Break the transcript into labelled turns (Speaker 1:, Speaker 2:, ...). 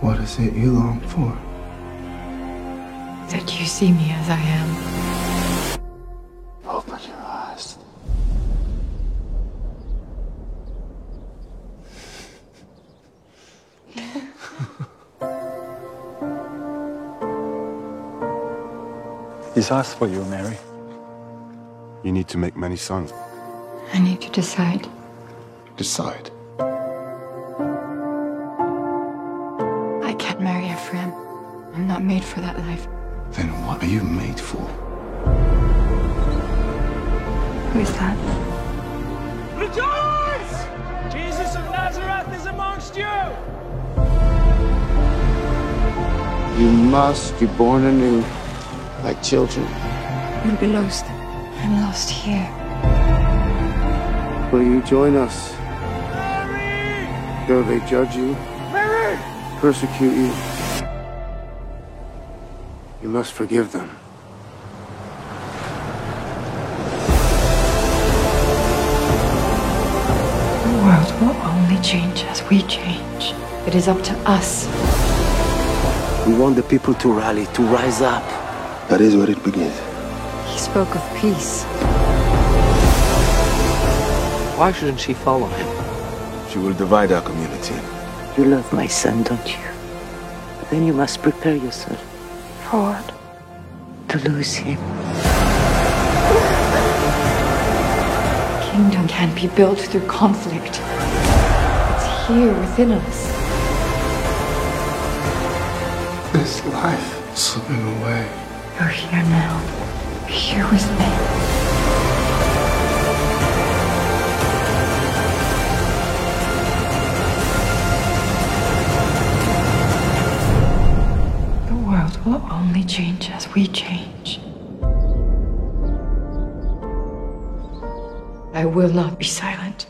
Speaker 1: What is it you long for?
Speaker 2: That you see me as I am.
Speaker 1: Open your eyes.
Speaker 3: He's asked for you, Mary.
Speaker 4: You need to make many sons.
Speaker 2: I need to decide.
Speaker 4: Decide.
Speaker 2: I can't marry Ephraim. I'm not made for that life.
Speaker 4: Then what are you made for?
Speaker 2: Who is that?
Speaker 5: Rejoice! Jesus of Nazareth is amongst you!
Speaker 1: You must be born anew, like children.
Speaker 2: You'll be lost. I'm lost here.
Speaker 1: Will you join us? Though they judge you, persecute you, you must forgive them.
Speaker 2: The world will only change as we change. It is up to us.
Speaker 6: We want the people to rally, to rise up.
Speaker 4: That is where it begins.
Speaker 2: He spoke of peace.
Speaker 6: Why shouldn't she follow him?
Speaker 4: She will divide our community.
Speaker 7: You love my son, don't you? Then you must prepare yourself
Speaker 2: Forward.
Speaker 7: to lose him.
Speaker 2: Kingdom can be built through conflict. It's here within us.
Speaker 1: This life is slipping away.
Speaker 2: You're here now. You're here with me. The world will only change as we change. I will not be silent.